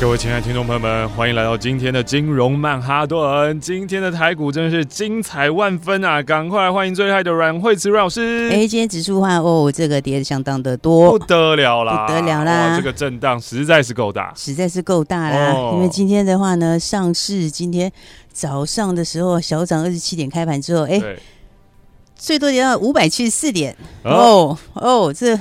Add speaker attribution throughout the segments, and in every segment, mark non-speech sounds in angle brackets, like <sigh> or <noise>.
Speaker 1: 各位亲爱的听众朋友们，欢迎来到今天的金融曼哈顿。今天的台股真是精彩万分啊！赶快欢迎最厉害的阮慧慈阮老师。
Speaker 2: 哎，今天指数化哦，这个跌的相当的
Speaker 1: 不
Speaker 2: 多，
Speaker 1: 得了啦！
Speaker 2: 不得了啦
Speaker 1: 哇这个震荡实在是够大。
Speaker 2: 实在是够大啦。
Speaker 1: 哦
Speaker 2: 因为今天的话呢，上市今天早上的时候小涨二十七点，开盘之后，哎，
Speaker 1: 对，
Speaker 2: 最多跌到五百七十四点，
Speaker 1: 哦，
Speaker 2: 哦哦，这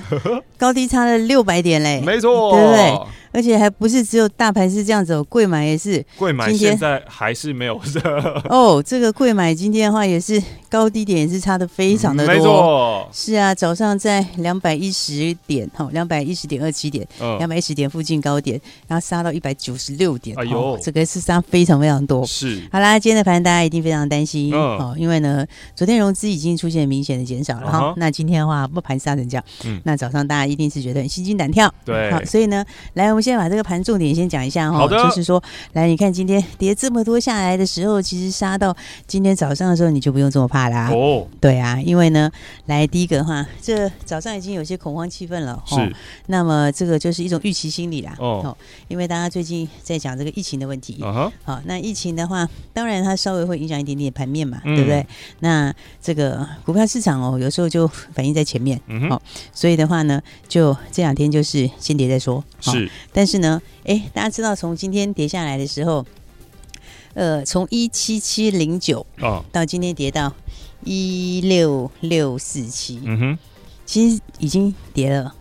Speaker 2: 高低差了六百点嘞，
Speaker 1: 啊没错，
Speaker 2: 对不对？而且还不是只有大盘是这样子哦，贵买也是，
Speaker 1: 贵买
Speaker 2: 今天
Speaker 1: 现在还是没有热，
Speaker 2: 哦，这个贵买今天的话也是高低点也是差的非常的
Speaker 1: 嗯
Speaker 2: 多。
Speaker 1: 没错，
Speaker 2: 是啊，早上在两百一十点，哈、哦，两百一十点二七点，两
Speaker 1: 嗯，
Speaker 2: 百一十点附近高点，然后杀到一百九十六点，
Speaker 1: 哎呦
Speaker 2: 哦这个是杀非常非常多。
Speaker 1: 嗯是，
Speaker 2: 好啦，今天的盘大家一定非常担心、
Speaker 1: 嗯
Speaker 2: 哦，因为呢，昨天融资已经出现明显的减少了哈、哦
Speaker 1: 嗯哼
Speaker 2: 那今天的话，不盘杀成这样、
Speaker 1: 嗯
Speaker 2: 那早上大家一定是觉得很心惊胆跳。
Speaker 1: 对
Speaker 2: 好，所以呢，来，我们先把这个盘重点先讲一下哦
Speaker 1: 好的
Speaker 2: 就是说，来，你看今天跌这么多下来的时候，其实杀到今天早上的时候，你就不用这么怕啦、
Speaker 1: 哦，
Speaker 2: 对啊，因为呢，来第一个哈，这早上已经有些恐慌气氛了，哦
Speaker 1: 是，
Speaker 2: 那么这个就是一种预期心理啦，
Speaker 1: 哦
Speaker 2: 因为大家最近在讲这个疫情的问题，
Speaker 1: 嗯哼，
Speaker 2: 好、那疫情的话，当然它稍微会影响一点点盘面嘛，
Speaker 1: 嗯
Speaker 2: 对不对？那这个股票市场哦，有时候就反映在前面，
Speaker 1: 嗯哼，
Speaker 2: 好所以的话呢，就这两天就是先跌再说，好
Speaker 1: 是，
Speaker 2: 但是呢，哎，大家知道从今天跌下来的时候，呃，从一七七零九
Speaker 1: 嗯，
Speaker 2: 到今天跌到一六六四七，
Speaker 1: 嗯
Speaker 2: 其实已经跌了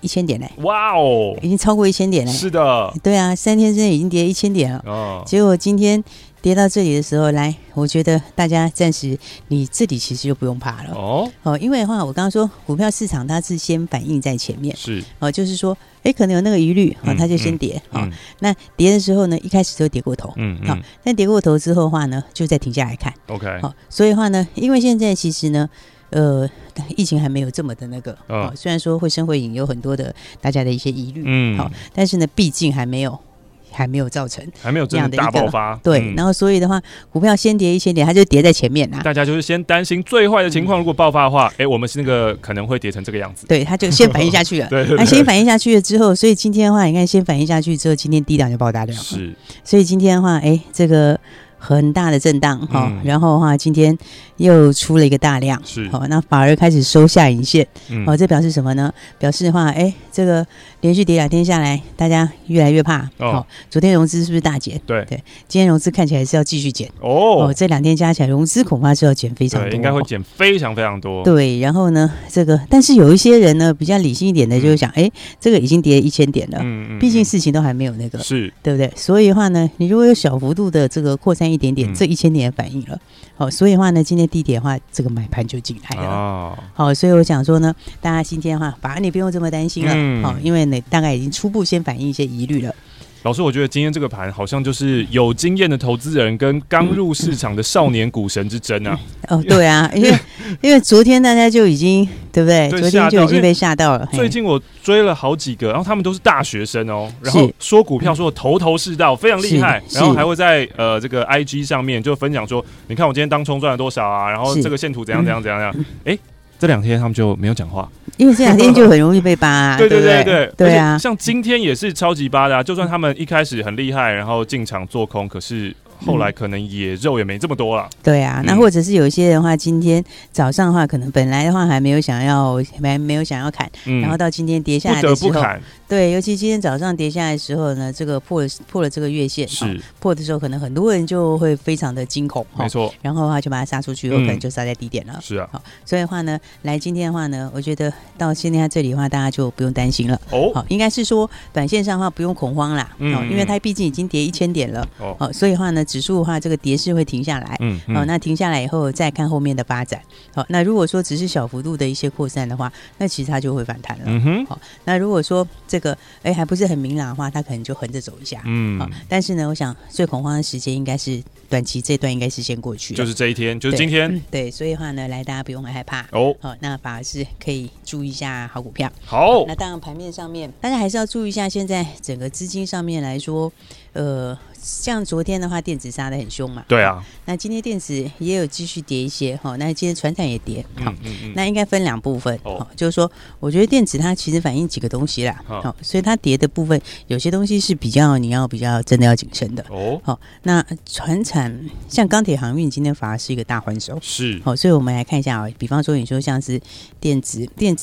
Speaker 2: 一千点嘞，
Speaker 1: 哼，哇哦，
Speaker 2: 已经超过一千点嘞。
Speaker 1: 是的，
Speaker 2: 对啊，三天之内已经跌一千点了。
Speaker 1: 哦，
Speaker 2: 结果今天跌到这里的时候，来，我觉得大家暂时你这里其实就不用怕了
Speaker 1: 哦，
Speaker 2: 哦，因为的话，我刚刚说股票市场它是先反应在前面
Speaker 1: 是，
Speaker 2: 哦，就是说，哎，可能有那个疑虑哦
Speaker 1: 嗯，
Speaker 2: 它就先跌哦。
Speaker 1: 嗯
Speaker 2: 那跌的时候呢，一开始就跌过头，
Speaker 1: 嗯
Speaker 2: 好
Speaker 1: 嗯
Speaker 2: 但跌过头之后的话呢，就再停下来看。
Speaker 1: ，OK，
Speaker 2: 好、所以的话呢，因为现在其实呢，呃，疫情还没有这么的那个，
Speaker 1: 嗯
Speaker 2: 哦，虽然说会生会影有很多的大家的一些疑虑，
Speaker 1: 嗯，
Speaker 2: 好但是呢，毕竟还没有还没有造成，
Speaker 1: 还没有真的大爆发，
Speaker 2: 对，
Speaker 1: 嗯
Speaker 2: 然后所以的话，股票先跌一千点，它就跌在前面啦、
Speaker 1: 大家就是先担心最坏的情况，如
Speaker 2: 嗯
Speaker 1: 果爆发的话，哎、我们是那个可能会跌成这个样子。哎
Speaker 2: 对，它就先反应下去
Speaker 1: <laughs>
Speaker 2: 了。
Speaker 1: 对对
Speaker 2: 那先反应下去了之后，所以今天的话，你看先反应下去之后，今天低档就爆大量了。
Speaker 1: 是，
Speaker 2: 所以今天的话，哎，这个很大的震荡哈、
Speaker 1: 嗯
Speaker 2: 然后的话，今天又出了一个大量，
Speaker 1: 是
Speaker 2: 好、那反而开始收下影线。
Speaker 1: 嗯
Speaker 2: 哦，这表示什么呢？表示的话，哎，这个连续跌两天下来，大家越来越怕。
Speaker 1: 哦
Speaker 2: 昨天融资是不是大减？
Speaker 1: 对
Speaker 2: 对，今天融资看起来是要继续减。
Speaker 1: 哦，
Speaker 2: 哦，这两天加起来融资恐怕是要减非常多，
Speaker 1: 对，应该会
Speaker 2: 哦
Speaker 1: 减非常非常多。
Speaker 2: 对，然后呢，这个但是有一些人呢比较理性一点的，就是想，哎、这个已经跌一千点了，
Speaker 1: 嗯嗯，嗯
Speaker 2: 毕竟
Speaker 1: 嗯
Speaker 2: 事情都还没有那个，
Speaker 1: 是
Speaker 2: 对不对？所以的话呢，你如果有小幅度的这个扩散一点点，
Speaker 1: 嗯
Speaker 2: 这一千点也反应了，哦，所以的话呢，今天地铁的话，这个买盘就进来了。
Speaker 1: 哦，
Speaker 2: 好，所以我想说呢，大家今天的话，反而你不用这么担心了，
Speaker 1: 嗯
Speaker 2: 好、因为你大概已经初步先反映一些疑虑了。
Speaker 1: 老师，我觉得今天这个盘好像就是有经验的投资人跟刚入市场的少年股神之争啊。 <laughs>
Speaker 2: 哦，对啊，因为因为昨天大家就已经对不对？
Speaker 1: 对
Speaker 2: 昨
Speaker 1: 吓
Speaker 2: 天就
Speaker 1: 到
Speaker 2: 已
Speaker 1: 因为
Speaker 2: 经被吓到了。嘿
Speaker 1: 最近我追了好几个，然后他们都是大学生哦，然后
Speaker 2: 是
Speaker 1: 说股票说的头头是道，非常厉害，
Speaker 2: 是
Speaker 1: 然后还会在呃这个 IG 上面就分享说，你看我今天当冲赚了多少啊，然后
Speaker 2: 是嗯
Speaker 1: 这个线图怎样怎样怎样怎样，哎、这两天他们就没有讲话，
Speaker 2: 因为这两天就很容易被扒、
Speaker 1: <laughs>
Speaker 2: 啊，
Speaker 1: 对
Speaker 2: 对不
Speaker 1: 对
Speaker 2: 对
Speaker 1: 对，
Speaker 2: 对
Speaker 1: 而
Speaker 2: 啊
Speaker 1: 且，像今天也是超级八的、啊，就算他们一开始很厉害，然后进场做空，可是后
Speaker 2: 嗯
Speaker 1: 来可能也肉也没这么多了，
Speaker 2: 对啊。那
Speaker 1: 嗯
Speaker 2: 或者是有一些人的话，今天早上的话，可能本来的话还没有想要，还没有想要砍，
Speaker 1: 嗯，
Speaker 2: 然后到今天跌下
Speaker 1: 不
Speaker 2: 来
Speaker 1: 得
Speaker 2: 的时
Speaker 1: 不
Speaker 2: 候，
Speaker 1: 砍，
Speaker 2: 对，尤其今天早上跌下来的时候呢，这个破了破了这个月线，哦
Speaker 1: 是
Speaker 2: 破的时候，可能很多人就会非常的惊恐，哦
Speaker 1: 没错，
Speaker 2: 然后的话就把它杀出去，有可
Speaker 1: 嗯
Speaker 2: 能就杀在低点了。
Speaker 1: 是啊，
Speaker 2: 所以的话呢，来今天的话呢，我觉得到现在这里的话，大家就不用担心了。
Speaker 1: 哦
Speaker 2: 好，应该是说短线上的话不用恐慌啦，
Speaker 1: 嗯
Speaker 2: 哦，因为它毕竟已经跌一千点了，
Speaker 1: 哦，
Speaker 2: 哦，所以的话呢，指数的话，这个跌势会停下来。
Speaker 1: 嗯，嗯
Speaker 2: 哦，那停下来以后再看后面的发展。好、那如果说只是小幅度的一些扩散的话，那其实它就会反弹了。
Speaker 1: 嗯哼，
Speaker 2: 那如果说这个哎还不是很明朗的话，它可能就横着走一下。好、
Speaker 1: 嗯，
Speaker 2: 但是呢，我想最恐慌的时间应该是短期这段，应该是先过去了，
Speaker 1: 就是这一天，就是
Speaker 2: 对
Speaker 1: 今天
Speaker 2: 嗯对，所以的话呢，来大家不用害怕。
Speaker 1: 哦。
Speaker 2: 好、那反而是可以注意一下好股票。
Speaker 1: 好，
Speaker 2: 那当然，盘面上面大家还是要注意一下，现在整个资金上面来说，呃，像昨天的话，电子杀的很凶嘛，
Speaker 1: 对啊，
Speaker 2: 那今天电子也有继续跌一些哈、那今天船产也跌，好、
Speaker 1: 嗯嗯嗯，
Speaker 2: 那应该分两部分
Speaker 1: 哦
Speaker 2: 哦，就是说，我觉得电子它其实反映几个东西啦，
Speaker 1: 好
Speaker 2: 好、所以它跌的部分有些东西是比较你要比较真的要谨慎的。
Speaker 1: 哦，
Speaker 2: 好、那船产像钢铁航运今天反而是一个大换手，
Speaker 1: 是，
Speaker 2: 好、所以我们来看一下啊、比方说你说像是电子，电子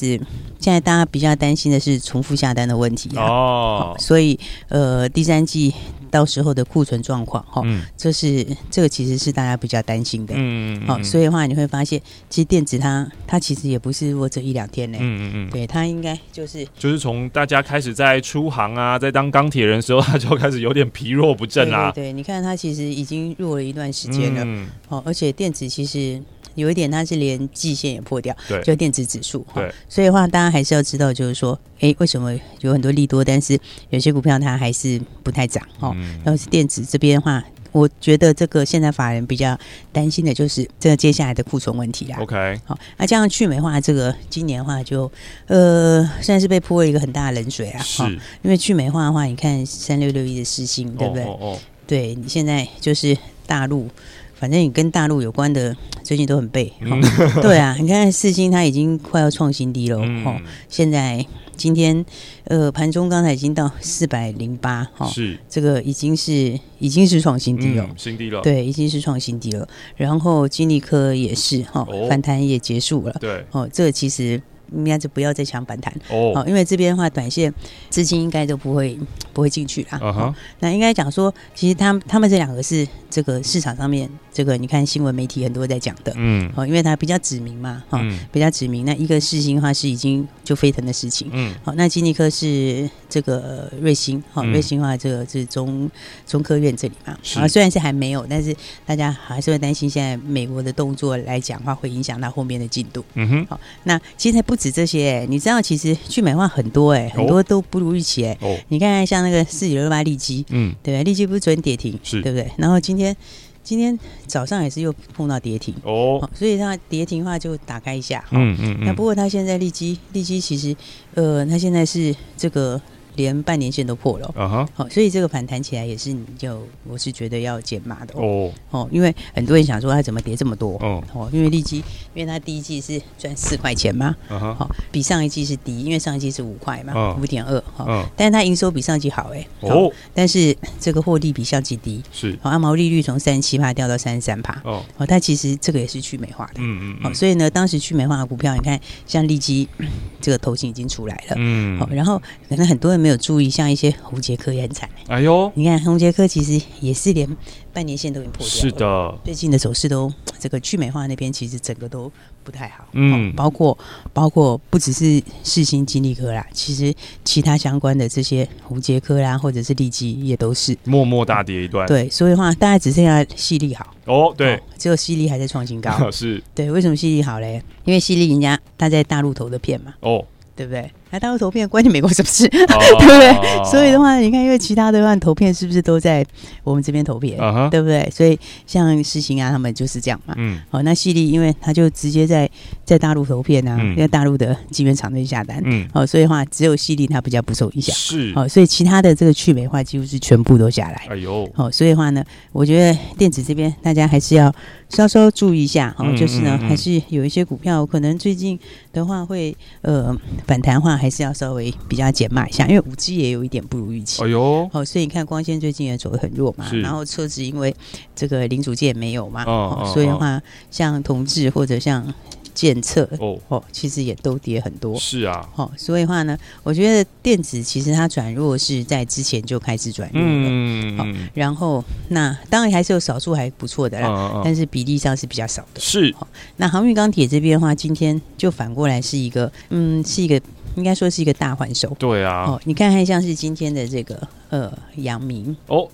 Speaker 2: 现在大家比较担心的是重复下单的问题啊，
Speaker 1: 哦，
Speaker 2: 所以呃第三季到时候的库存状况哈、
Speaker 1: 嗯
Speaker 2: 这是这个其实是大家比较担心的。
Speaker 1: 嗯，
Speaker 2: 好、所
Speaker 1: 以，
Speaker 2: 以的话你会发现，其实电子它它其实也不是弱这一两天呢、
Speaker 1: 嗯嗯嗯，
Speaker 2: 对，它应该就是
Speaker 1: 就是从大家开始在出航啊，在当钢铁人的时候，他就开始有点疲弱不振啦，
Speaker 2: 对对对，你看它其实已经弱了一段时间了。
Speaker 1: 啊嗯
Speaker 2: 哦，而且电子其实有一点，它是连季线也破掉，
Speaker 1: 对
Speaker 2: 就电子指数。哈
Speaker 1: 对，
Speaker 2: 所以的话，大家还是要知道，就是说，诶，为什么有很多利多，但是有些股票它还是不太涨哦。
Speaker 1: 嗯
Speaker 2: 然后是电子这边的话，我觉得这个现在法人比较担心的就是这个接下来的库存问题啦。
Speaker 1: ，OK，
Speaker 2: 好、那这样去美化这个今年的话就，呃，算是被泼了一个很大的冷水啊。
Speaker 1: 是
Speaker 2: 哈，因为去美化的话，你看三六六一的市星，对不对？
Speaker 1: 哦哦
Speaker 2: 对你现在就是大陆，反正你跟大陆有关的最近都
Speaker 1: <laughs>
Speaker 2: 很背。
Speaker 1: 嗯
Speaker 2: 哦、对啊，你看四星它已经快要创新低了、
Speaker 1: 哦，
Speaker 2: 哦
Speaker 1: 嗯，，
Speaker 2: 现在今天呃盘中刚才已经到四百零八哦，
Speaker 1: 是，
Speaker 2: 这个已经是已经是创新低了。
Speaker 1: 嗯，新低了，
Speaker 2: 哦对，已经是创新低了。然后金利科也是哈、
Speaker 1: 哦
Speaker 2: 哦，反弹也结束了。
Speaker 1: 对，
Speaker 2: 哦，这个其实应该就不要再抢反弹
Speaker 1: 哦，
Speaker 2: 哦，因为这边的话，短线资金应该都不会不会进去啦。哦
Speaker 1: 啊哈，
Speaker 2: 那应该讲说，其实他们他们这两个是这个市场上面这个你看新闻媒体很多在讲的，
Speaker 1: 嗯
Speaker 2: 哦，因为它比较指明嘛，哈、
Speaker 1: 嗯
Speaker 2: 比较指明。那一个世新的话是已经就沸腾的事情，
Speaker 1: 嗯，
Speaker 2: 好、那基尼科是这个瑞星，好、
Speaker 1: 嗯
Speaker 2: 瑞星的话这个是中中科院这里嘛，
Speaker 1: 是
Speaker 2: 啊，虽然是还没有，但是大家还是会担心现在美国的动作来讲话会影响到后面的进度。
Speaker 1: 嗯哼，
Speaker 2: 那其实不止这些、你知道，其实去美化很多哎、很多都不如预期哎、
Speaker 1: 哦，
Speaker 2: 你看像那个四九六八利基，
Speaker 1: 嗯，
Speaker 2: 对不对？利基不是昨天跌停，
Speaker 1: 是
Speaker 2: 对不对？然后今天今天早上也是又碰到跌停，
Speaker 1: 哦，
Speaker 2: 哦、所以它跌停的话就打开一下。哦
Speaker 1: 嗯嗯
Speaker 2: 那
Speaker 1: 嗯，
Speaker 2: 不过它现在利基利基其实，呃，它现在是这个连半年线都破了哦。
Speaker 1: 啊哈，
Speaker 2: 好、所以这个反弹起来也是你就我是觉得要减码的哦
Speaker 1: 哦
Speaker 2: 哦，因为很多人想说它怎么跌这么多
Speaker 1: 哦，
Speaker 2: 哦，因为利基因为它第一季是赚四块钱嘛，
Speaker 1: 啊哈，
Speaker 2: 好、比上一季是低，因为上一季是五块嘛
Speaker 1: 嗯，
Speaker 2: 五点二哈，
Speaker 1: 嗯，
Speaker 2: 但是它营收比上季好哎、
Speaker 1: 哦，
Speaker 2: 但是这个获利比上季低，
Speaker 1: 是，
Speaker 2: 好、啊，毛利率从三七趴掉到三十三趴，
Speaker 1: 哦，
Speaker 2: 哦，它其实这个也是去美化的，
Speaker 1: 嗯嗯
Speaker 2: 好、
Speaker 1: 嗯，
Speaker 2: 所以呢，当时去美化的股票，你看像利基 <coughs> 这个头型已经出来了，
Speaker 1: 嗯
Speaker 2: 好、，然后可能很多人没有注意，像一些红杰科也很惨，
Speaker 1: 哎呦，
Speaker 2: 你看红杰科其实也是连半年线都已经破掉了，
Speaker 1: 是，的，
Speaker 2: 最近的走势都这个去美化那边其实整个都不太好，
Speaker 1: 嗯
Speaker 2: 嗯，包括包括不只是世新金利科啦，其实其他相关的这些红杰科啦，或者是利基也都是。
Speaker 1: 默默大跌一段，，
Speaker 2: 对，所以的话大概只剩下犀利好，
Speaker 1: 哦，对。
Speaker 2: 哦，只有犀利还在创新
Speaker 1: <laughs>
Speaker 2: 高
Speaker 1: 是，
Speaker 2: 对，为什么犀利好嘞？因为犀利人家他在大陆投的片嘛， <laughs>
Speaker 1: 哦，啊
Speaker 2: 对不对？那大陆投片关你美国什么事？
Speaker 1: 对
Speaker 2: 对
Speaker 1: 哦
Speaker 2: <laughs> 所以的，话，你看，因为其他的话投片是不是都在我们这边投片，
Speaker 1: 啊哈，
Speaker 2: 对不对？所以像世行啊，他们就是这样嘛。
Speaker 1: 嗯，
Speaker 2: 哦，那犀利，因为他就直接在在大陆投片啊，
Speaker 1: 嗯
Speaker 2: 在大陆的机源厂那里下单，
Speaker 1: 嗯，
Speaker 2: 哦，所以的话只有犀利它比较不受影响，
Speaker 1: 是，
Speaker 2: 哦，所以其他的这个去美化几乎是全部都下来，
Speaker 1: 哎呦，
Speaker 2: 哦，所以的话呢，我觉得电子这边大家还是要稍稍注意一下，哦，
Speaker 1: 嗯
Speaker 2: 就是呢
Speaker 1: 嗯嗯
Speaker 2: 还是有一些股票可能最近的话会呃反弹的话，还是要稍微比较减码一下，因为五 G 也有一点不如预期。
Speaker 1: 哎呦，
Speaker 2: 哦，所以你看光纤最近也走得很弱嘛
Speaker 1: 是，
Speaker 2: 然后车子因为这个零组件也没有嘛，
Speaker 1: 哦哦
Speaker 2: 所以的话，像同志或者像检测，
Speaker 1: 哦，
Speaker 2: 哦，其实也都跌很多。
Speaker 1: 是啊，
Speaker 2: 哦，所以的话呢，我觉得电子其实它转弱是在之前就开始转弱了。
Speaker 1: 嗯，嗯
Speaker 2: 然后，那当然还是有少数还不错的啦，
Speaker 1: 嗯嗯，
Speaker 2: 但是比例上是比较少的。
Speaker 1: 是，
Speaker 2: 那航运钢铁这边的话，今天就反过来是一个，嗯，是一个应该说是一个大还手。
Speaker 1: 对啊，
Speaker 2: 哦，你看看像是今天的这个呃阳明，
Speaker 1: 哦，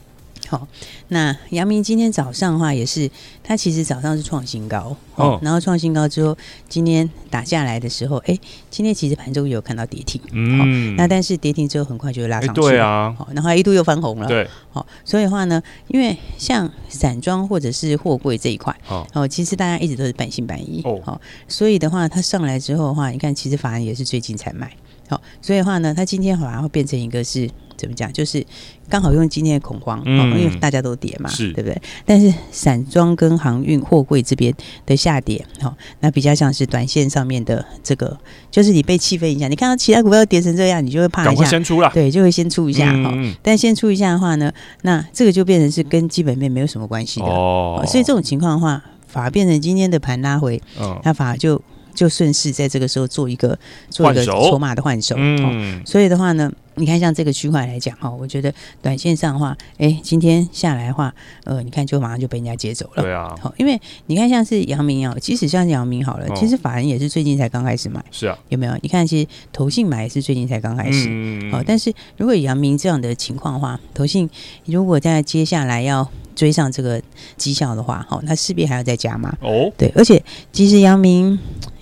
Speaker 2: 好、那阳明今天早上的话也是，它其实早上是创新高
Speaker 1: 哦
Speaker 2: 然后创新高之后，今天打下来的时候，哎、今天其实盘中有看到跌停，
Speaker 1: 嗯，
Speaker 2: 那但是跌停之后很快就会拉
Speaker 1: 哎
Speaker 2: 上去、
Speaker 1: 对，啊，
Speaker 2: 好，然后一度又翻红了，
Speaker 1: 对，
Speaker 2: 好、所以的话呢，因为像散装或者是货柜这一块，
Speaker 1: 哦
Speaker 2: 哦，其实大家一直都是半信半疑，
Speaker 1: 哦
Speaker 2: 哦，所以的话，它上来之后的话，你看，其实法人也是最近才买，好、所以的话呢，它今天反而会变成一个是怎么讲，就是刚好用今天的恐慌，
Speaker 1: 嗯
Speaker 2: 哦，因为大家都跌嘛，
Speaker 1: 是
Speaker 2: 对不对？但是散装跟航运、货柜这边的下跌，好、那比较像是短线上面的这个，就是你被气氛影响，你看到其他股票跌成这样，你就会怕
Speaker 1: 赶
Speaker 2: 一
Speaker 1: 快
Speaker 2: 下，
Speaker 1: 先出啦。
Speaker 2: 对，就会先出一下哈。
Speaker 1: 嗯嗯
Speaker 2: 但先出一下的话呢，那这个就变成是跟基本面没有什么关系的。
Speaker 1: 哦
Speaker 2: 哦，所以这种情况的话，反而变成今天的盘拉回，
Speaker 1: 嗯
Speaker 2: 它反而就就顺势在这个时候做一个做一
Speaker 1: 换
Speaker 2: 个
Speaker 1: 手
Speaker 2: 筹码的换手。哦，
Speaker 1: 嗯，
Speaker 2: 所以的话呢，你看像这个区块来讲哈、哦，我觉得短线上的话，哎，今天下来的话，呃，你看就马上就被人家接走了。
Speaker 1: 对啊，
Speaker 2: 好，因为你看像是阳明啊，即使像阳明好了，
Speaker 1: 哦
Speaker 2: 其实法人也是最近才刚开始买，
Speaker 1: 是啊，
Speaker 2: 有没有？你看，其实投信买也是最近才刚开始。
Speaker 1: 嗯
Speaker 2: 好、但是如果以阳明这样的情况的话，投信如果在接下来要追上这个绩效的话，好、那势必还要再加嘛。
Speaker 1: 哦，
Speaker 2: 对，而且其实阳明，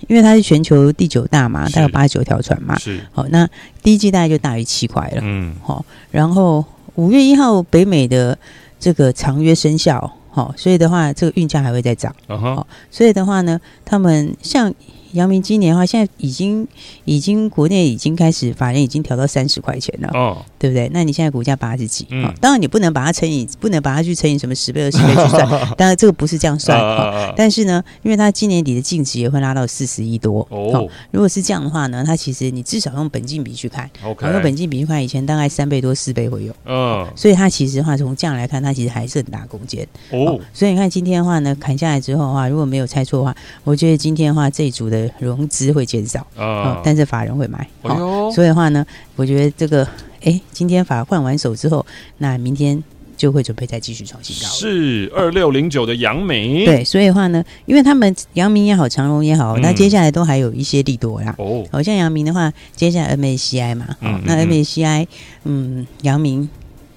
Speaker 2: 因为它是全球第九大嘛，
Speaker 1: 是
Speaker 2: 它有八十九条船嘛，
Speaker 1: 是，
Speaker 2: 好、那第一季大概就大于七块了。
Speaker 1: 嗯，
Speaker 2: 然后五月一号北美的这个长约生效，好、所以的话这个运价还会再涨。
Speaker 1: 嗯哼，
Speaker 2: 所以的话呢，他们像阳明今年的话，现在已经已经国内已经开始法人已经调到三十块钱了。
Speaker 1: 哦，
Speaker 2: 对不对？那你现在股价八十几，
Speaker 1: 嗯
Speaker 2: 哦当然你不能把它乘以，不能把它去乘以什么十倍、二十倍去
Speaker 1: <laughs>
Speaker 2: 算，当然这个不是这样算。哦
Speaker 1: 呃
Speaker 2: 但是呢，因为它今年底的净值也会拉到四十亿多
Speaker 1: 哦
Speaker 2: 如果是这样的话呢，它其实你至少用本金比去看，
Speaker 1: ，OK，
Speaker 2: 好用本金比去看，以前大概三倍多、四倍会有，
Speaker 1: 嗯，
Speaker 2: 所以它其实的话从这样来看，它其实还是很大空间。
Speaker 1: 哦，
Speaker 2: 所以你看今天的话呢，砍下来之后的话，如果没有猜错的话，我觉得今天的话这一组的融资会减少，哦
Speaker 1: 啊，
Speaker 2: 但是法人会买。哦
Speaker 1: 哎呦，
Speaker 2: 所以的话呢，我觉得这个，哎，今天法换完手之后，那明天就会准备再继续创新高了。
Speaker 1: 是二六零九的杨梅，，
Speaker 2: 对，所以的话呢，因为他们阳明也好，长荣也好，
Speaker 1: 嗯
Speaker 2: 那接下来都还有一些利多啦。
Speaker 1: 哦，
Speaker 2: 好、像阳明的话，接下来 MACI 嘛，
Speaker 1: 嗯
Speaker 2: 哦
Speaker 1: 嗯
Speaker 2: 那
Speaker 1: 嗯
Speaker 2: MACI，嗯，阳明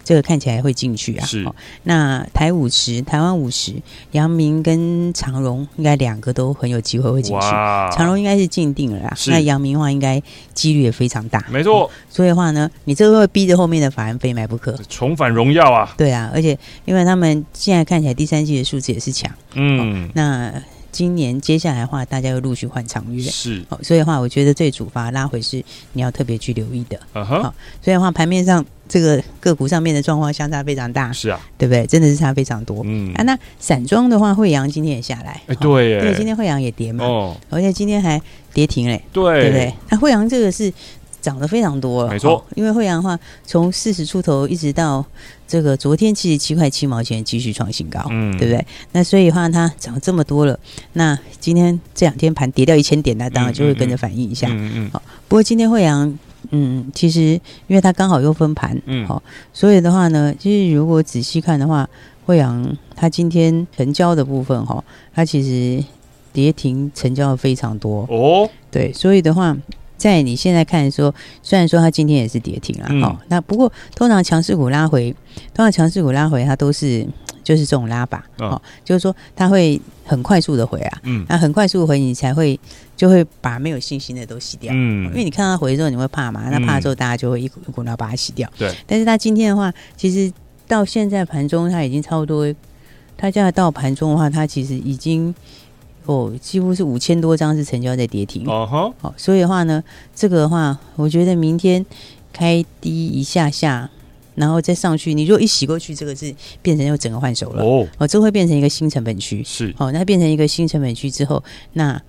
Speaker 2: 这个看起来会进去啊。
Speaker 1: 是
Speaker 2: 哦那台五十、台湾五十，阳明跟长荣应该两个都很有机会会进去。
Speaker 1: 哇，
Speaker 2: 长荣应该是进定了啦，
Speaker 1: 是
Speaker 2: 那阳明的话应该几率也非常大。
Speaker 1: 没错，
Speaker 2: 所以的话呢，你这会逼着后面的法人非买不可。
Speaker 1: 重返荣耀啊，
Speaker 2: 对啊，而且因为他们现在看起来第三季的数字也是强，
Speaker 1: 嗯，
Speaker 2: 那今年接下来的话，大家又陆续换长约。
Speaker 1: 是，
Speaker 2: 哦，所以的话，我觉得最主发拉回是你要特别去留意的。
Speaker 1: 嗯哼，
Speaker 2: 好所以的话，盘面上这个个股上面的状况相差非常大，
Speaker 1: 是啊，
Speaker 2: 对不对？真的是差非常多、
Speaker 1: 嗯，
Speaker 2: 啊。那散装的话，惠阳今天也下来，
Speaker 1: 哎，
Speaker 2: 哦，
Speaker 1: 对耶，
Speaker 2: 对，今天惠阳也跌嘛，
Speaker 1: 哦，
Speaker 2: 而且今天还跌停嘞。对
Speaker 1: 对
Speaker 2: 不对？那惠阳这个是涨得非常多了，
Speaker 1: 哎没错
Speaker 2: 哦因为惠阳的话，从四十出头一直到这个昨天七十七块七毛钱继续创新高，
Speaker 1: 嗯
Speaker 2: 对不对？那所以的话，它涨这么多了，那今天这两天盘跌掉一千点，那当然就会跟着反应一下。
Speaker 1: 嗯嗯嗯
Speaker 2: 不过今天惠阳。嗯，其实因为它刚好又分盘，
Speaker 1: 嗯，
Speaker 2: 好所以的话呢，其实如果仔细看的话，惠阳它今天成交的部分哈、哦，它其实跌停成交的非常多，
Speaker 1: 哦，
Speaker 2: 对，所以的话，在你现在看的时候，虽然说它今天也是跌停啦，
Speaker 1: 嗯
Speaker 2: 哦，那不过通常强势股拉回，通常强势股拉回，它都是就是这种拉法，
Speaker 1: 嗯
Speaker 2: 哦，就是说它会很快速的回啊，
Speaker 1: 嗯
Speaker 2: 那很快速地回，你才会就会把没有信心的都洗掉。因为
Speaker 1: 嗯，
Speaker 2: 你看它回之后，你会怕嘛？那怕
Speaker 1: 嗯
Speaker 2: 之后，大家就会一股一股脑把它洗掉。
Speaker 1: 对。
Speaker 2: 但是它今天的话，其实到现在盘中，它已经差不多，它现在到盘中的话，它其实已经哦，几乎是五千多张是成交在跌停。
Speaker 1: 哦哈，
Speaker 2: 好，所以的话呢，这个的话，我觉得明天开低一下下，然后再上去，你如果一洗过去，这个是变成又整个换手了，哦
Speaker 1: 哦，
Speaker 2: 这会变成一个新成本区。
Speaker 1: 是，
Speaker 2: 哦，那变成一个新成本区之后，那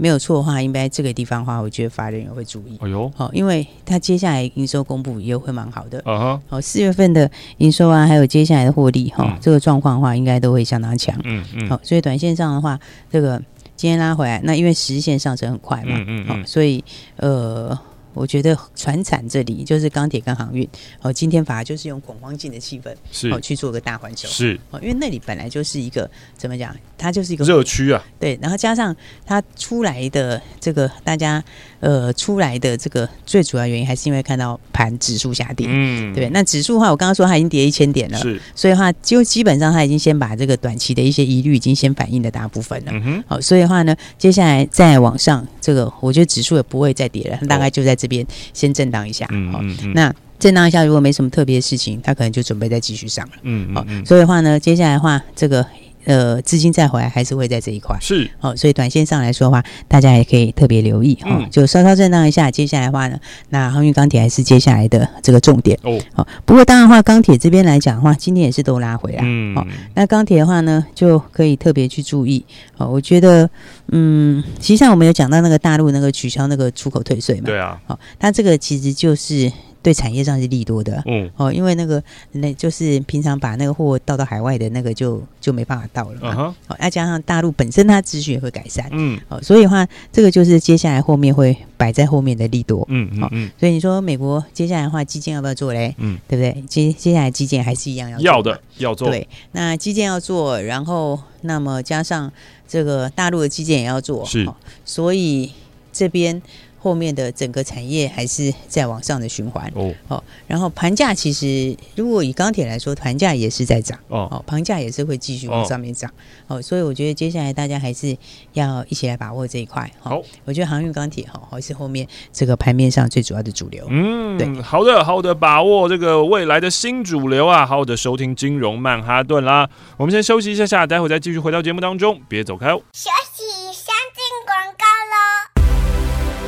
Speaker 2: 没有错的话，应该这个地方的话，我觉得法人也会注意。
Speaker 1: 哎呦，
Speaker 2: 哦，因为它接下来营收公布也会蛮好的。
Speaker 1: 啊哈，
Speaker 2: 哦，四月份的营收啊，还有接下来的获利哈、哦
Speaker 1: 嗯
Speaker 2: 这个状况的话，应该都会相当强。
Speaker 1: 嗯嗯，
Speaker 2: 好、所以短线上的话，这个今天拉回来，那因为十日线上升很快嘛，
Speaker 1: 嗯嗯
Speaker 2: 好、
Speaker 1: 嗯
Speaker 2: 所以呃，我觉得船产这里就是钢铁跟航运，哦，今天反而就是用恐慌性的气氛，
Speaker 1: 是
Speaker 2: 哦，去做个大环球，
Speaker 1: 是
Speaker 2: 哦，因为那里本来就是一个怎么讲，它就是一个
Speaker 1: 热区啊，
Speaker 2: 对，然后加上它出来的这个大家呃出来的这个最主要原因还是因为看到盘指数下跌，
Speaker 1: 嗯，
Speaker 2: 对，那指数的话，我刚刚说它已经跌一千点了，
Speaker 1: 是，
Speaker 2: 所以的话就基本上它已经先把这个短期的一些疑虑已经先反映的大部分了。
Speaker 1: 嗯哼，
Speaker 2: 好，所以的话呢，接下来再往上，这个我觉得指数也不会再跌了，它大概就在这边先震荡一下。
Speaker 1: 嗯
Speaker 2: 好、
Speaker 1: 嗯嗯
Speaker 2: 那震荡一下，如果没什么特别的事情，它可能就准备再继续上了。
Speaker 1: 嗯
Speaker 2: 好、
Speaker 1: 嗯嗯，
Speaker 2: 所以的话呢，接下来的话，这个呃资金再回来还是会在这一块。
Speaker 1: 是
Speaker 2: 好、所以短线上来说的话，大家也可以特别留意哈、哦
Speaker 1: 嗯
Speaker 2: 就稍稍震荡一下。接下来的话呢，那航运钢铁还是接下来的这个重点。
Speaker 1: 哦，
Speaker 2: 好、不过当然的话，钢铁这边来讲的话，今天也是都拉回来。
Speaker 1: 嗯
Speaker 2: 好那钢铁的话呢，就可以特别去注意哦。我觉得，嗯，其实上我们有讲到那个大陆那个取消那个出口退税嘛，
Speaker 1: 对啊，
Speaker 2: 哦，它这个其实就是对产业上是利多的
Speaker 1: 嗯
Speaker 2: 哦，因为那个那就是平常把那个货到到海外的那个就就没办法到了
Speaker 1: 嗯
Speaker 2: 嘛，
Speaker 1: 哼，
Speaker 2: 哦，那加上大陆本身它秩序也会改善，
Speaker 1: 嗯
Speaker 2: 哦，所以的话，这个就是接下来后面会摆在后面的利多。
Speaker 1: 嗯嗯
Speaker 2: 好
Speaker 1: 嗯，
Speaker 2: 所以你说美国接下来的话，基建要不要做嘞？
Speaker 1: 嗯，
Speaker 2: 对不对？接接下来基建还是一样要做
Speaker 1: 要
Speaker 2: 嘛
Speaker 1: 的要做，
Speaker 2: 对，那基建要做，然后那么加上这个大陆的基建也要做，
Speaker 1: 是
Speaker 2: 哦所以这边后面的整个产业还是在往上的循环。
Speaker 1: 哦
Speaker 2: 然后盘价其实如果以钢铁来说，盘价也是在涨，
Speaker 1: 哦，
Speaker 2: 哦，盘价也是会继续
Speaker 1: 哦
Speaker 2: 往上面涨，哦，所以我觉得接下来大家还是要一起来把握这一块。哦
Speaker 1: 好，
Speaker 2: 我觉得航运钢铁哈、哦、还是后面这个盘面上最主要的主流。
Speaker 1: 嗯，
Speaker 2: 对
Speaker 1: 好的，好的，把握这个未来的新主流啊，好好的收听金融曼哈顿啦。我们先休息一下下，待会再继续回到节目当中，别走开哦。
Speaker 3: 休息，上进广告喽。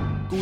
Speaker 4: 股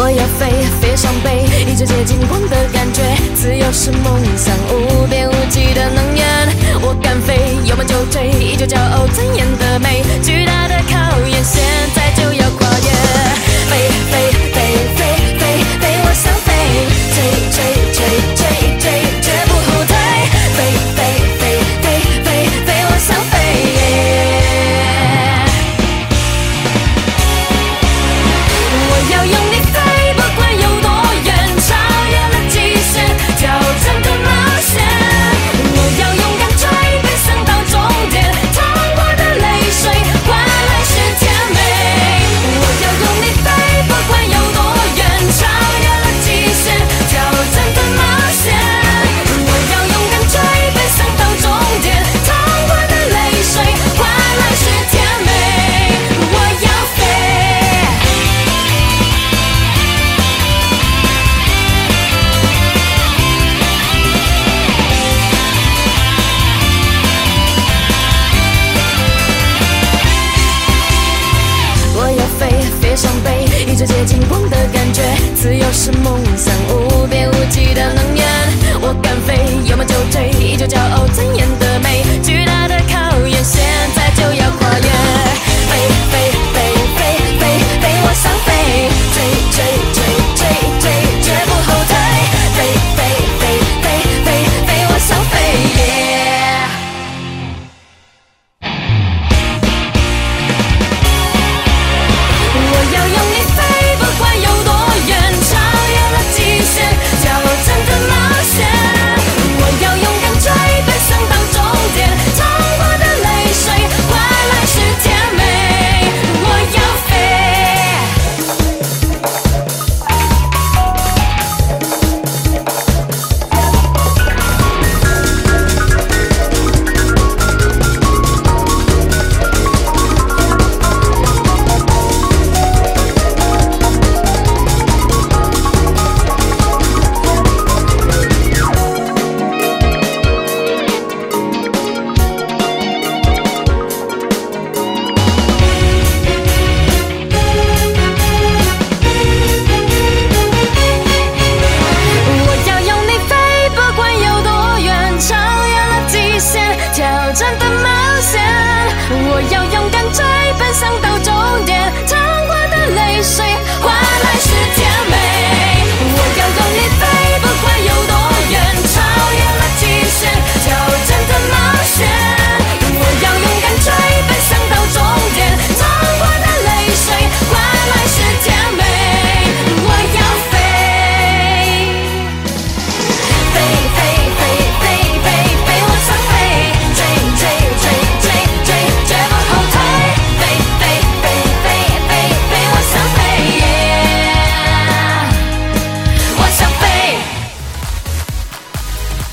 Speaker 5: 我要飞，飞上北，一直接近光的感觉。自由是梦想，无边无际的能源。我敢飞，有梦就追，依旧骄傲尊严的美。巨大的考验，现在就要跨越。飞飞飞飞飞飞，我想飞，追追追追追，绝不后退。飞飞飞飞飞飞，我想飞。我要用力飞，不管有多远，超越了极限，挑战更难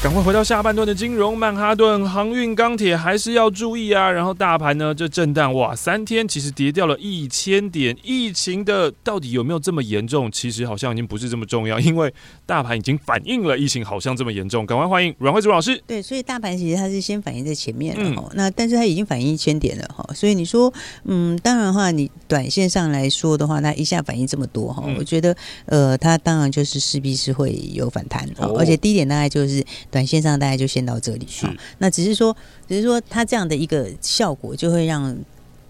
Speaker 1: 赶快回到下半段的金融曼哈顿航运钢铁还是要注意啊。然后大盘呢，这震荡哇，三天其实跌掉了一千点。疫情的到底有没有这么严重？其实好像已经不是这么重要，因为大盘已经反映了疫情好像这么严重。赶快欢迎阮慧珠老师。
Speaker 2: 对，所以大盘其实它是先反映在前面
Speaker 1: 嗯
Speaker 2: 了哈、那但是它已经反映一千点了哈，所以你说，嗯，当然的话，你短线上来说的话，它一下反应这么多哈、
Speaker 1: 嗯
Speaker 2: 我觉得呃，它当然就是势必是会有反弹、哈
Speaker 1: 哦
Speaker 2: 而且低点大概就是短线上大概就先到这里
Speaker 1: 是
Speaker 2: 哈那只是说，只是说它这样的一个效果就会让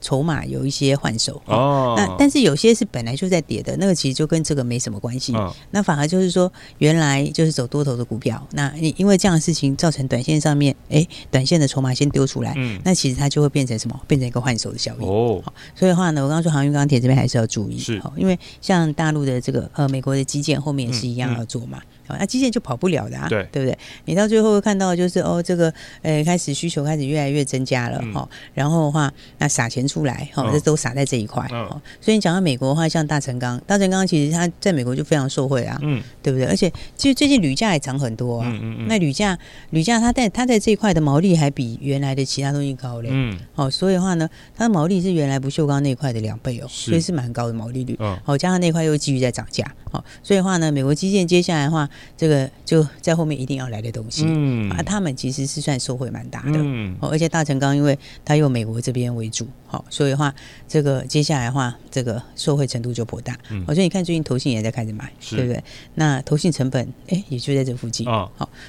Speaker 2: 筹码有一些换手哈
Speaker 1: 哦
Speaker 2: 那但是有些是本来就在跌的，那个其实就跟这个没什么关系。
Speaker 1: 嗯
Speaker 2: 那反而就是说，原来就是走多头的股票，那你因为这样的事情造成短线上面，哎，短线的筹码先丢出来，
Speaker 1: 嗯
Speaker 2: 那其实它就会变成什么？变成一个换手的效应。
Speaker 1: 哦
Speaker 2: 所以的话呢，我刚刚说航运钢铁这边还是要注意，
Speaker 1: 是
Speaker 2: 哦，因为像大陆的这个呃美国的基建后面也是一样
Speaker 1: 嗯嗯
Speaker 2: 要做嘛，哦，那基建就跑不了的啊，
Speaker 1: 对
Speaker 2: 对不对？你到最后会看到就是哦，这个呃开始需求开始越来越增加了
Speaker 1: 嗯
Speaker 2: 哈、哦，然后的话那撒钱出来哈、哦
Speaker 1: 嗯，
Speaker 2: 这都撒在这一块、
Speaker 1: 嗯
Speaker 2: 哦，所以你讲到美国的话，像大成钢，大成钢其实它在美国就非常受惠啊，
Speaker 1: 嗯
Speaker 2: 对不对？而且其实最近铝价也涨很多啊。
Speaker 1: 嗯嗯嗯，
Speaker 2: 那铝价，铝价它在它在这一块的毛利还比原来的其他东西高嘞。
Speaker 1: 嗯
Speaker 2: 哦，所以的话呢，它的毛利是原来不锈钢那一块的两倍哦，
Speaker 1: 是
Speaker 2: 所以是蛮高的毛利率。
Speaker 1: 嗯
Speaker 2: 哦，加上那块又继续在涨价，哦，所以的话呢，美国基建接下来的话，这个就在后面一定要来的东西、
Speaker 1: 嗯
Speaker 2: 啊，他们其实是算收获蛮大的。
Speaker 1: 嗯
Speaker 2: 哦，而且大成钢因为它又美国这边为主，好、所以的话，这个接下来的话，这个受惠程度就颇大。
Speaker 1: 嗯
Speaker 2: 哦，所以你看最近投信也在开始买，
Speaker 1: 是
Speaker 2: 对不对？那投信成本哎也就在这附近，
Speaker 1: 啊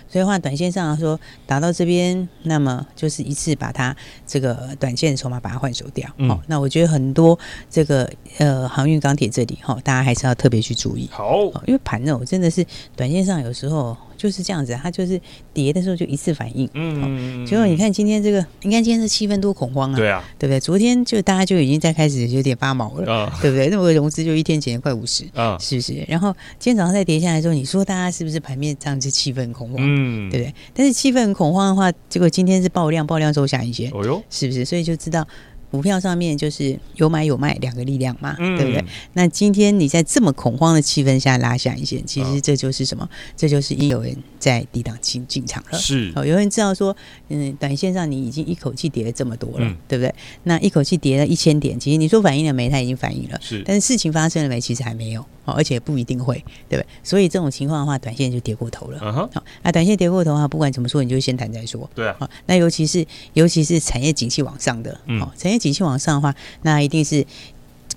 Speaker 2: 所以的话，短线上来说达到这边，那么就是一次把它这个呃短线的筹码把它换手掉。
Speaker 1: 嗯
Speaker 2: 哦，那我觉得很多这个呃航运、钢铁这里哈、哦，大家还是要特别去注意。
Speaker 1: 好
Speaker 2: 哦，因为盘哦真的是短线上有时候就是这样子啊，它就是跌的时候就一次反应。
Speaker 1: 嗯，
Speaker 2: 结果你看今天这个，你看今天这气氛多恐慌啊，
Speaker 1: 对啊
Speaker 2: 对不对？昨天就大家就已经在开始有点发毛了，
Speaker 1: 啊
Speaker 2: 对不对？那我的融资就一天前快五十，
Speaker 1: 啊
Speaker 2: 是不是？然后今天早上再跌下来之后，你说大家是不是盘面上是气氛恐慌？
Speaker 1: 嗯
Speaker 2: 对不对？但是气氛很恐慌的话，结果今天是爆量，爆量之后下影线，
Speaker 1: 哦哟
Speaker 2: 是不是？所以就知道股票上面就是有买有卖两个力量嘛，
Speaker 1: 嗯
Speaker 2: 对不对？那今天你在这么恐慌的气氛下拉下影线，其
Speaker 1: 哦
Speaker 2: 实这就是什么？这就是因为有人在低档进进场了。
Speaker 1: 是
Speaker 2: 哦，有人知道说，嗯，短线上你已经一口气跌了这么多了，
Speaker 1: 嗯
Speaker 2: 对不对？那一口气跌了一千点，其实你说反应了没？它已经反应了，
Speaker 1: 是
Speaker 2: 但是事情发生了没？其实还没有，哦，而且不一定会，对不对？所以这种情况的话，短线就跌过头了。
Speaker 1: 嗯哼
Speaker 2: 好、那短线跌过头啊，不管怎么说，你就先谈再说。
Speaker 1: 对啊
Speaker 2: 好、那尤其是尤其是产业景气往上的，
Speaker 1: 嗯
Speaker 2: 哦，产业景气往上的话，那一定是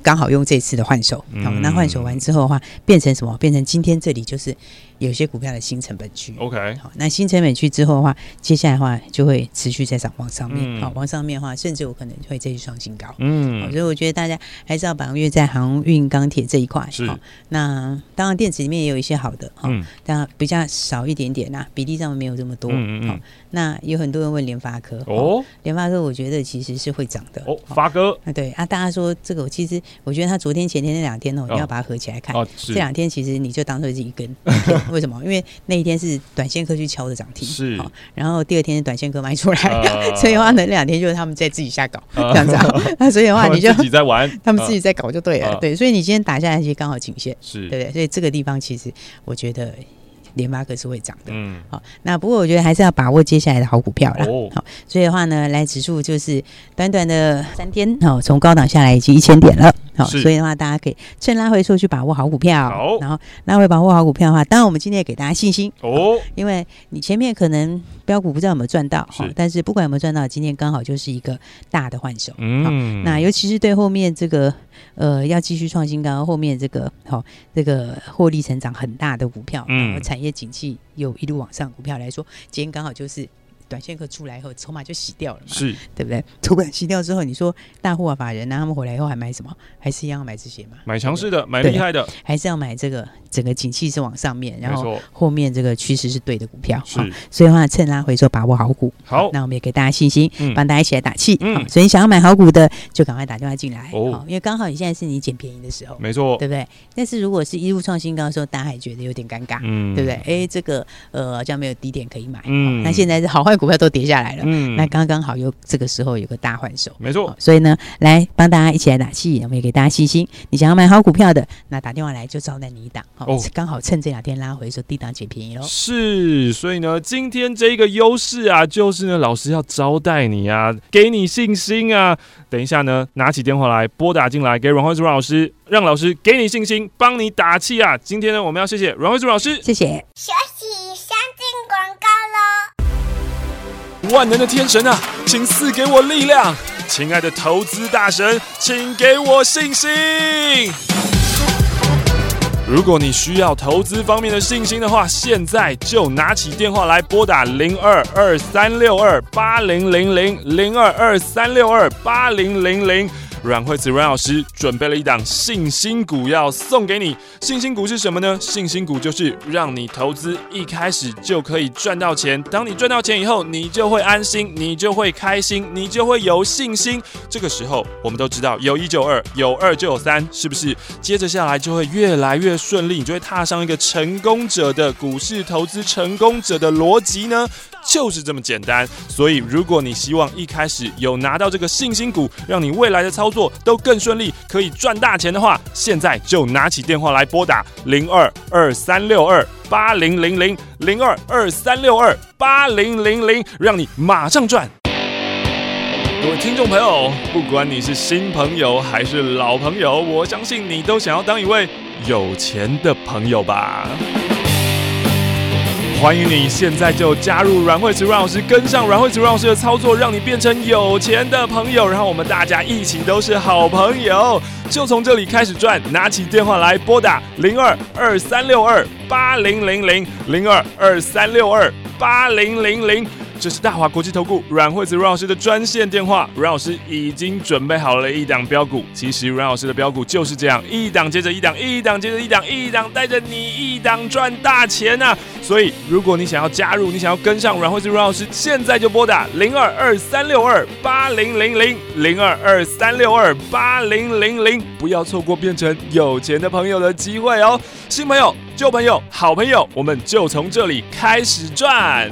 Speaker 2: 刚好用这次的换手，好、
Speaker 1: 嗯
Speaker 2: 那换手完之后的话，变成什么？变成今天这里就是有些股票的新成本区。
Speaker 1: OK
Speaker 2: 好，那新成本区之后的话，接下来的话就会持续在上往上面，
Speaker 1: 嗯
Speaker 2: 好、往上面的话，甚至有可能会再去创新高。好
Speaker 1: 嗯
Speaker 2: 所以我觉得大家还是要把握在航运、钢铁这一块。
Speaker 1: 是
Speaker 2: 好那当然电子里面也有一些好的哈，
Speaker 1: 嗯
Speaker 2: 但比较少一点点啦、比例上面没有这么多。
Speaker 1: 嗯嗯嗯
Speaker 2: 好那有很多人问联发科，
Speaker 1: 哦
Speaker 2: 联发科我觉得其实是会涨的。
Speaker 1: 哦发哥
Speaker 2: 啊，对啊，大家说这个，我其实我觉得它昨天、前天那两天哦，
Speaker 1: 哦
Speaker 2: 你要把它合起来看。
Speaker 1: 哦
Speaker 2: 这
Speaker 1: 是
Speaker 2: 两天其实你就当做是一根 <laughs> 一天，为什么？因为那一天是短线客去敲的涨停，
Speaker 1: 是
Speaker 2: 好然后第二天是短线客卖出来的，
Speaker 1: 啊
Speaker 2: <laughs> 所以的话呢，那两天就是他们在自己瞎搞，
Speaker 1: 啊
Speaker 2: 这样
Speaker 1: <laughs>
Speaker 2: 子啊。那所以的话，
Speaker 1: 他们
Speaker 2: 你就
Speaker 1: 自己在玩，
Speaker 2: <laughs> 他们自
Speaker 1: 己
Speaker 2: 己在搞就对了，
Speaker 1: 啊
Speaker 2: 对，所以你今天打下来其实刚好颈线，对
Speaker 1: 是
Speaker 2: 不对？所以这个地方其实我觉得联发科是会涨的。
Speaker 1: 嗯
Speaker 2: 好，那不过我觉得还是要把握接下来的好股票啦。
Speaker 1: 哦
Speaker 2: 好，所以的话呢，来指数就是短短的三天，哦，从高档下来已经一千点了。好，
Speaker 1: 是
Speaker 2: 所以的话，大家可以趁拉回的时候去把握好股票。
Speaker 1: 好
Speaker 2: 然后拉回把握好股票的话，当然我们今天也给大家信心，
Speaker 1: 哦
Speaker 2: 因为你前面可能标股不知道有没有赚到，
Speaker 1: 是
Speaker 2: 哦但是不管有没有赚到，今天刚好就是一个大的换手。好
Speaker 1: 嗯
Speaker 2: 那尤其是对后面这个呃要继续创新高，后面这个好、这个获利成长很大的股票，
Speaker 1: 嗯
Speaker 2: 然后产业景气有一路往上的股票来说，今天刚好就是。短线客出来以后，筹码就洗掉了嘛，
Speaker 1: 是
Speaker 2: 对不对？筹码洗掉之后，你说大户啊、法人啊，他们回来以后还买什么？还是一样买这些嘛？
Speaker 1: 买强势的，买厉害的，
Speaker 2: 还是要买这个整个景气是往上面，
Speaker 1: 没
Speaker 2: 然后
Speaker 1: 错
Speaker 2: 后面这个趋势是对的股票。
Speaker 1: 是
Speaker 2: 哦所以的话趁拉回之后把握好股。
Speaker 1: 好
Speaker 2: 那我们也给大家信心，
Speaker 1: 嗯
Speaker 2: 帮大家一起来打气。
Speaker 1: 嗯
Speaker 2: 好所以想要买好股的，就赶快打电话进来。
Speaker 1: 哦
Speaker 2: 哦，因为刚好你现在是你捡便宜的时候，
Speaker 1: 没错
Speaker 2: 对，不对？但是如果是一路创新高的时候，大家还觉得有点尴尬，
Speaker 1: 嗯
Speaker 2: 对不对？？哎，这个呃好像没有低点可以买。
Speaker 1: 嗯
Speaker 2: 哦那现在是好坏股票都跌下来了，
Speaker 1: 嗯
Speaker 2: 那刚刚好又这个时候有个大换手。
Speaker 1: 没
Speaker 2: 哦
Speaker 1: 错，
Speaker 2: 所以呢，来帮大家一起来打气，我们也给大家信心。你想要买好股票的，那打电话来就招待你一档。好
Speaker 1: 哦，
Speaker 2: 刚好趁这两天拉回的时候，低档捡便宜喽。
Speaker 1: 是，所以呢，今天这个优势啊，就是呢，老师要招待你啊，给你信心啊。等一下呢，拿起电话来拨打进来，给阮慧珠老师，让老师给你信心，帮你打气啊。今天呢，我们要谢谢阮慧珠老师。
Speaker 2: 谢谢。
Speaker 3: 休息，上进广告喽。
Speaker 1: 万能的天神啊，请赐给我力量！亲爱的投资大神，请给我信心！如果你需要投资方面的信心的话，现在就拿起电话来拨打零二二三六二八零零零零二二三六二八零零零。阮惠子阮老师准备了一档信心股要送给你。信心股是什么呢？信心股就是让你投资一开始就可以赚到钱。当你赚到钱以后，你就会安心，你就会开心，你就会有信心。这个时候，我们都知道有一就有二，有二就有三，是不是？接着下来就会越来越顺利，你就会踏上一个成功者的股市投资成功者的逻辑呢，就是这么简单。所以，如果你希望一开始有拿到这个信心股，让你未来的操作都更顺利，可以赚大钱的话，现在就拿起电话来拨打零二二三六二八零零零零二二三六二八零零零，让你马上赚。各位听众朋友，不管你是新朋友还是老朋友，我相信你都想要当一位有钱的朋友吧。欢迎你现在就加入阮慧慈阮老师，跟上阮慧慈阮老师的操作，让你变成有钱的朋友。然后我们大家一起都是好朋友，就从这里开始赚。拿起电话来拨打零二二三六二八零零零零二二三六二八零零零。这是大华国际投顾阮惠子阮老师的专线电话，阮老师已经准备好了一档标股。其实阮老师的标股就是这样，一档接着一档，一档接着一档，一档带着你一档赚大钱呐、所以如果你想要加入，你想要跟上阮惠子阮老师，现在就拨打零二二三六二八零零零零二二三六二八零零零，不要错过变成有钱的朋友的机会哦！新朋友、旧朋友、好朋友，我们就从这里开始赚。